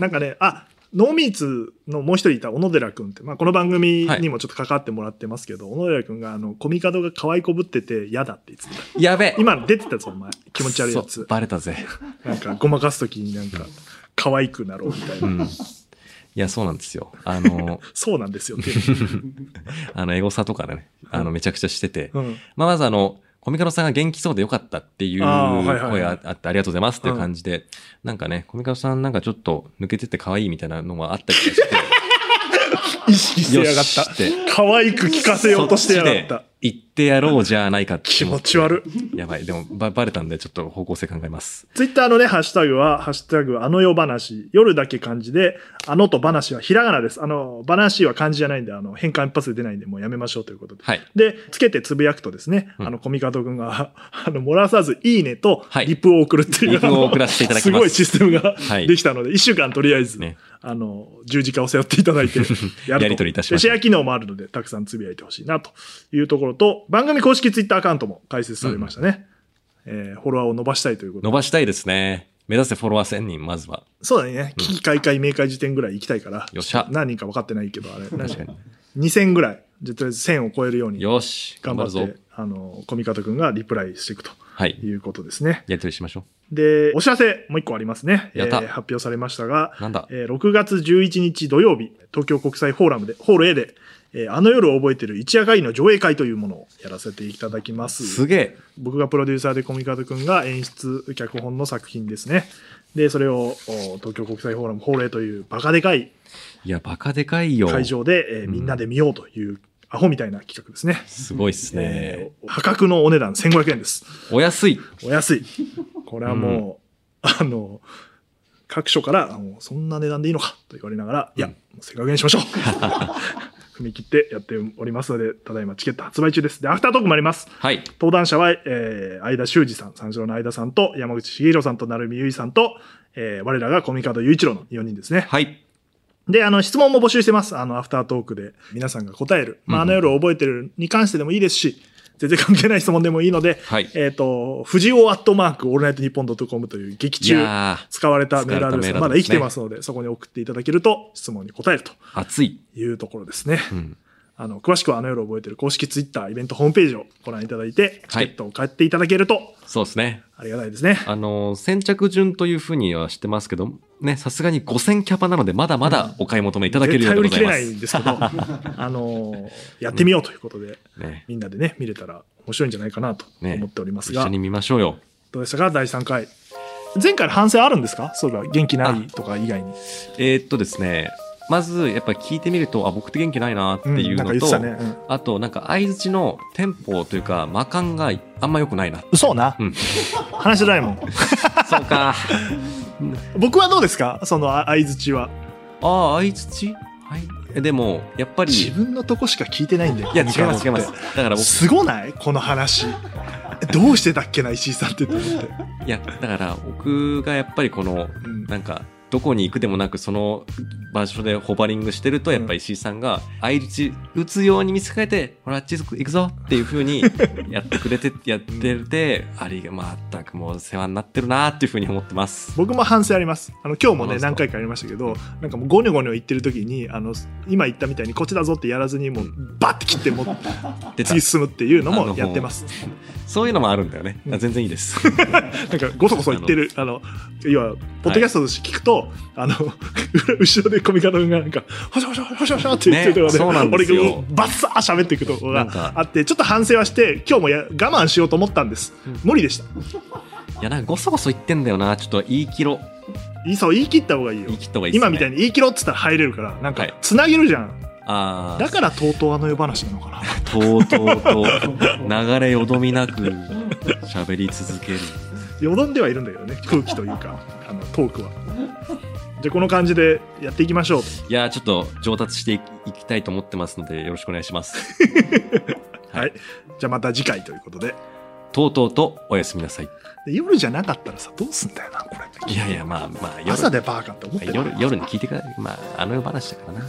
A: なんかね、あ、ノーミーツのもう一人いた小野寺くんって、まあ、この番組にもちょっと関わってもらってますけど、小野寺くんがあの、コミカドが可愛いこぶってて嫌だって言ってた。
B: やべえ
A: 今出てたぞ、お前。気持ち悪いや
B: そう
A: つ。
B: バレたぜ。
A: なんか、ごまかすときになんか、可愛くなろうみたいな。
B: うん。いや、そうなんですよ。あのー
A: そうなんですよっていう。
B: あの、エゴサとかね、あの、めちゃくちゃしてて、
A: うん
B: まあ、まずあの、コミカドさんが元気そうでよかったっていう声
A: あーはいはいはい
B: ああってありがとうございますっていう感じで、 なんかね、コミカドさんなんかちょっと抜けてて可愛いみたいなのもあったりとかして、
A: 意識してやがった
B: よしって。
A: 可愛く聞かせようとしてやがっ
B: そち
A: た
B: で。言ってやろうじゃないかって
A: 気
B: 思
A: 持
B: って
A: ち悪い。
B: やばい。でもば、バレたんで、ちょっと方向性考えます。
A: ツイッターのね、ハッシュタグは、ハッシュタグ、あの世話、夜だけ漢字で、あのと話はひらがなです。あの、話は漢字じゃないんで、あの、変換一発で出ないんで、もうやめましょうということで。
B: はい。
A: で、つけてつぶやくとですね、
B: うん
A: あの、コミカド君が、 あの、漏らさず、いいねと
B: は、い
A: リプを送るっていう、
B: リプを送らせていただきます
A: あのごいシステムが
B: はい
A: できたので、一週間とりあえず、
B: ね
A: あの、十字架を背負っていただい てやると
B: やり取りいたしました
A: でシェア機能もあるので、たくさんつぶやいてほしいなというところと、番組公式ツイッターアカウントも開設されましたね。えーフォロワーを伸ばしたいということで
B: 伸ばしたいですね。目指せフォロワー1000人、まずは。
A: そうだね。危機開会、明快時点ぐらい行きたいから。
B: よっしゃ
A: 何人か分かってないけど、あれ。確
B: 確か
A: 2000ぐらい。じゃあとりあえず1000を超えるように
B: よし、
A: 頑
B: 頑
A: 張
B: 張
A: っ
B: る
A: て、
B: ぞ。
A: あの、コミカト君がリプライしていくと
B: はい。
A: いうことですね。
B: やりとりしましょ
A: で、お知らせ、もう一個ありますね。
B: やった
A: えー発表されましたが、
B: う。なんだ
A: えー6月11日土曜日、東京国際フォーラムで、ホール A で、えーあの夜を覚えてる一夜会の上映会というものをやらせていただきます。
B: すげえ。
A: 僕がプロデューサーでコミカド君が演出脚本の作品ですねでそれをお東京国際フォーラムホーレーというバカでかい
B: いや、バカでかいよ。
A: 会場で、えー
B: うん
A: みんなで見ようというアホみたいな企画ですね、
B: すごいっすね
A: え。ー破格のお値段1500円です
B: お安い。
A: お安いこれはもう、あの各所からもうそんな値段でいいのかと言われながら、いや
B: うん
A: もうせっかくにしま しょう踏み切ってやっておりますのでただいまチケット発売中ですでアフタートークもあります
B: はい。
A: 登壇者は、えー、相田修二さん、三四郎の相田さんと、山口茂弘さんと、成海優衣さんと、えー我らがコミカド雄一郎の4人ですね。
B: はい。
A: で、あの、質問も募集してます。あの、アフタートークで皆さんが答える。まあ、あ
B: うん
A: の夜を覚えてるに関してでもいいですし、全然関係ない質問でもいいので、
B: はい。
A: えっ、と、藤尾アットマーク、オールナイトニッポンドットコムという劇
B: い
A: 中、
B: や
A: 使われたメールアドレス
B: 使
A: が
B: わ
A: ま
B: れたメールアド
A: だ生
B: レスね
A: きてますので、そこに送っていただけると、質問に答えると
B: ー、熱い。
A: いうところですね。
B: うん。
A: あの、詳しくはあの夜を覚えてる公式ツイッター、イベントホームページをご覧いただいて、チケットを買っていただけると、
B: そうですね。
A: ありがたいですね。
B: あの、先着順というふうにはしてますけど、ね、さすがに5000キャパなので、まだまだお買い求めいただけるようで
A: 絶対売
B: ご
A: り
B: ざ
A: 切
B: い
A: れ
B: ま
A: ない
B: す。
A: んですけど、 あのーやってみようということで、
B: ね。
A: みんなでね、見れたら面白いんじゃないかなと
B: ね
A: 思っております
B: 一
A: が、
B: 緒に見ましょうよ。
A: どうでしたか、第3回。前回の反省あるんですかそういえば、元気ないとか以外に。
B: えーっとですね、まずやっぱ聞いてみると、あ、僕って元気ないなって
A: うん
B: いう
A: なんか
B: の
A: 言って
B: と、
A: たね。うん
B: あとなんか相づちのテンポというか、魔感があんま良くな いな。
A: 嘘な、
B: うん
A: 話してないもん。
B: そうか。
A: 僕はどうですかそのあ相づちは。
B: ああ、相づちはい。えでも、やっぱり、
A: 自
B: い
A: 分のとこしか聞いてないんだよ。
B: や、違います、違いま
A: こ
B: す。
A: の
B: だから
A: 顔って
B: 僕、
A: すごないこの話。どうしてたっけな、石井さんってと思って。
B: いや、だから僕がやっぱりこの、
A: うん
B: なんか、どこに行くでもなく、その場所でホバリングしてると、やっぱ石井さんが、相打ち打つように見せかけて、ほら、あっち行くぞっていうふ うにやってくれて、やってて、ありが、まったくもう世話になってるなっていうふうに思ってます。
A: 僕も反省ありますあの今日も
B: そう
A: ね
B: ですか
A: 何回かありましたけどなんかもうゴニョゴニョ言ってる時にあの今言ったみたいにこっちだぞってやらずにもうバッて切ってもう
B: で、
A: 次進むっていうの
B: あ
A: も
B: の
A: やってます
B: そういうのもあるんだよね。
A: うん
B: あ全然いいです。
A: なんかごそごそ言ってるあの要はポッドキャストとして聞くと、あの 後ろでコミカド君がなんか「ほしゃほしゃほしゃほしゃ」って言ってるところで,、
B: ねそうなんですよ
A: 俺がバッサー喋っていくところ
B: なん
A: が
B: か
A: あってちょっと反省はして今日もや我慢しようと思ったんです、
B: うん
A: 無理でした
B: いや、なんかごそごそ言ってんだよな。ちょっと言い切ろう。
A: いいそう言い切った方がいいよ
B: 言い切った方がいいです、ね。
A: 今みたい
B: に。
A: に言い切ろうっつったら入れるからなん
B: は
A: か
B: い
A: つなげるじゃん、
B: あ
A: だ
B: あ、
A: からとうとうあの世話なのか な
B: とうとうと、流れよどみなく喋り続ける。
A: よどんではいるんだけどね空気というかあのトークはじゃあこの感じでやっていきましょう
B: いやーちょっと上達していきいきたいと思ってますのでよろしくお願いします。
A: はい、じゃあまた次回ということで
B: とうとうとおやすみなさい。
A: で夜じゃなかったらさどうすんだよなこれ
B: いやいやまあまあ夜
A: 朝でバーカって思って
B: 夜夜に聞いてください。まああの世話だからな。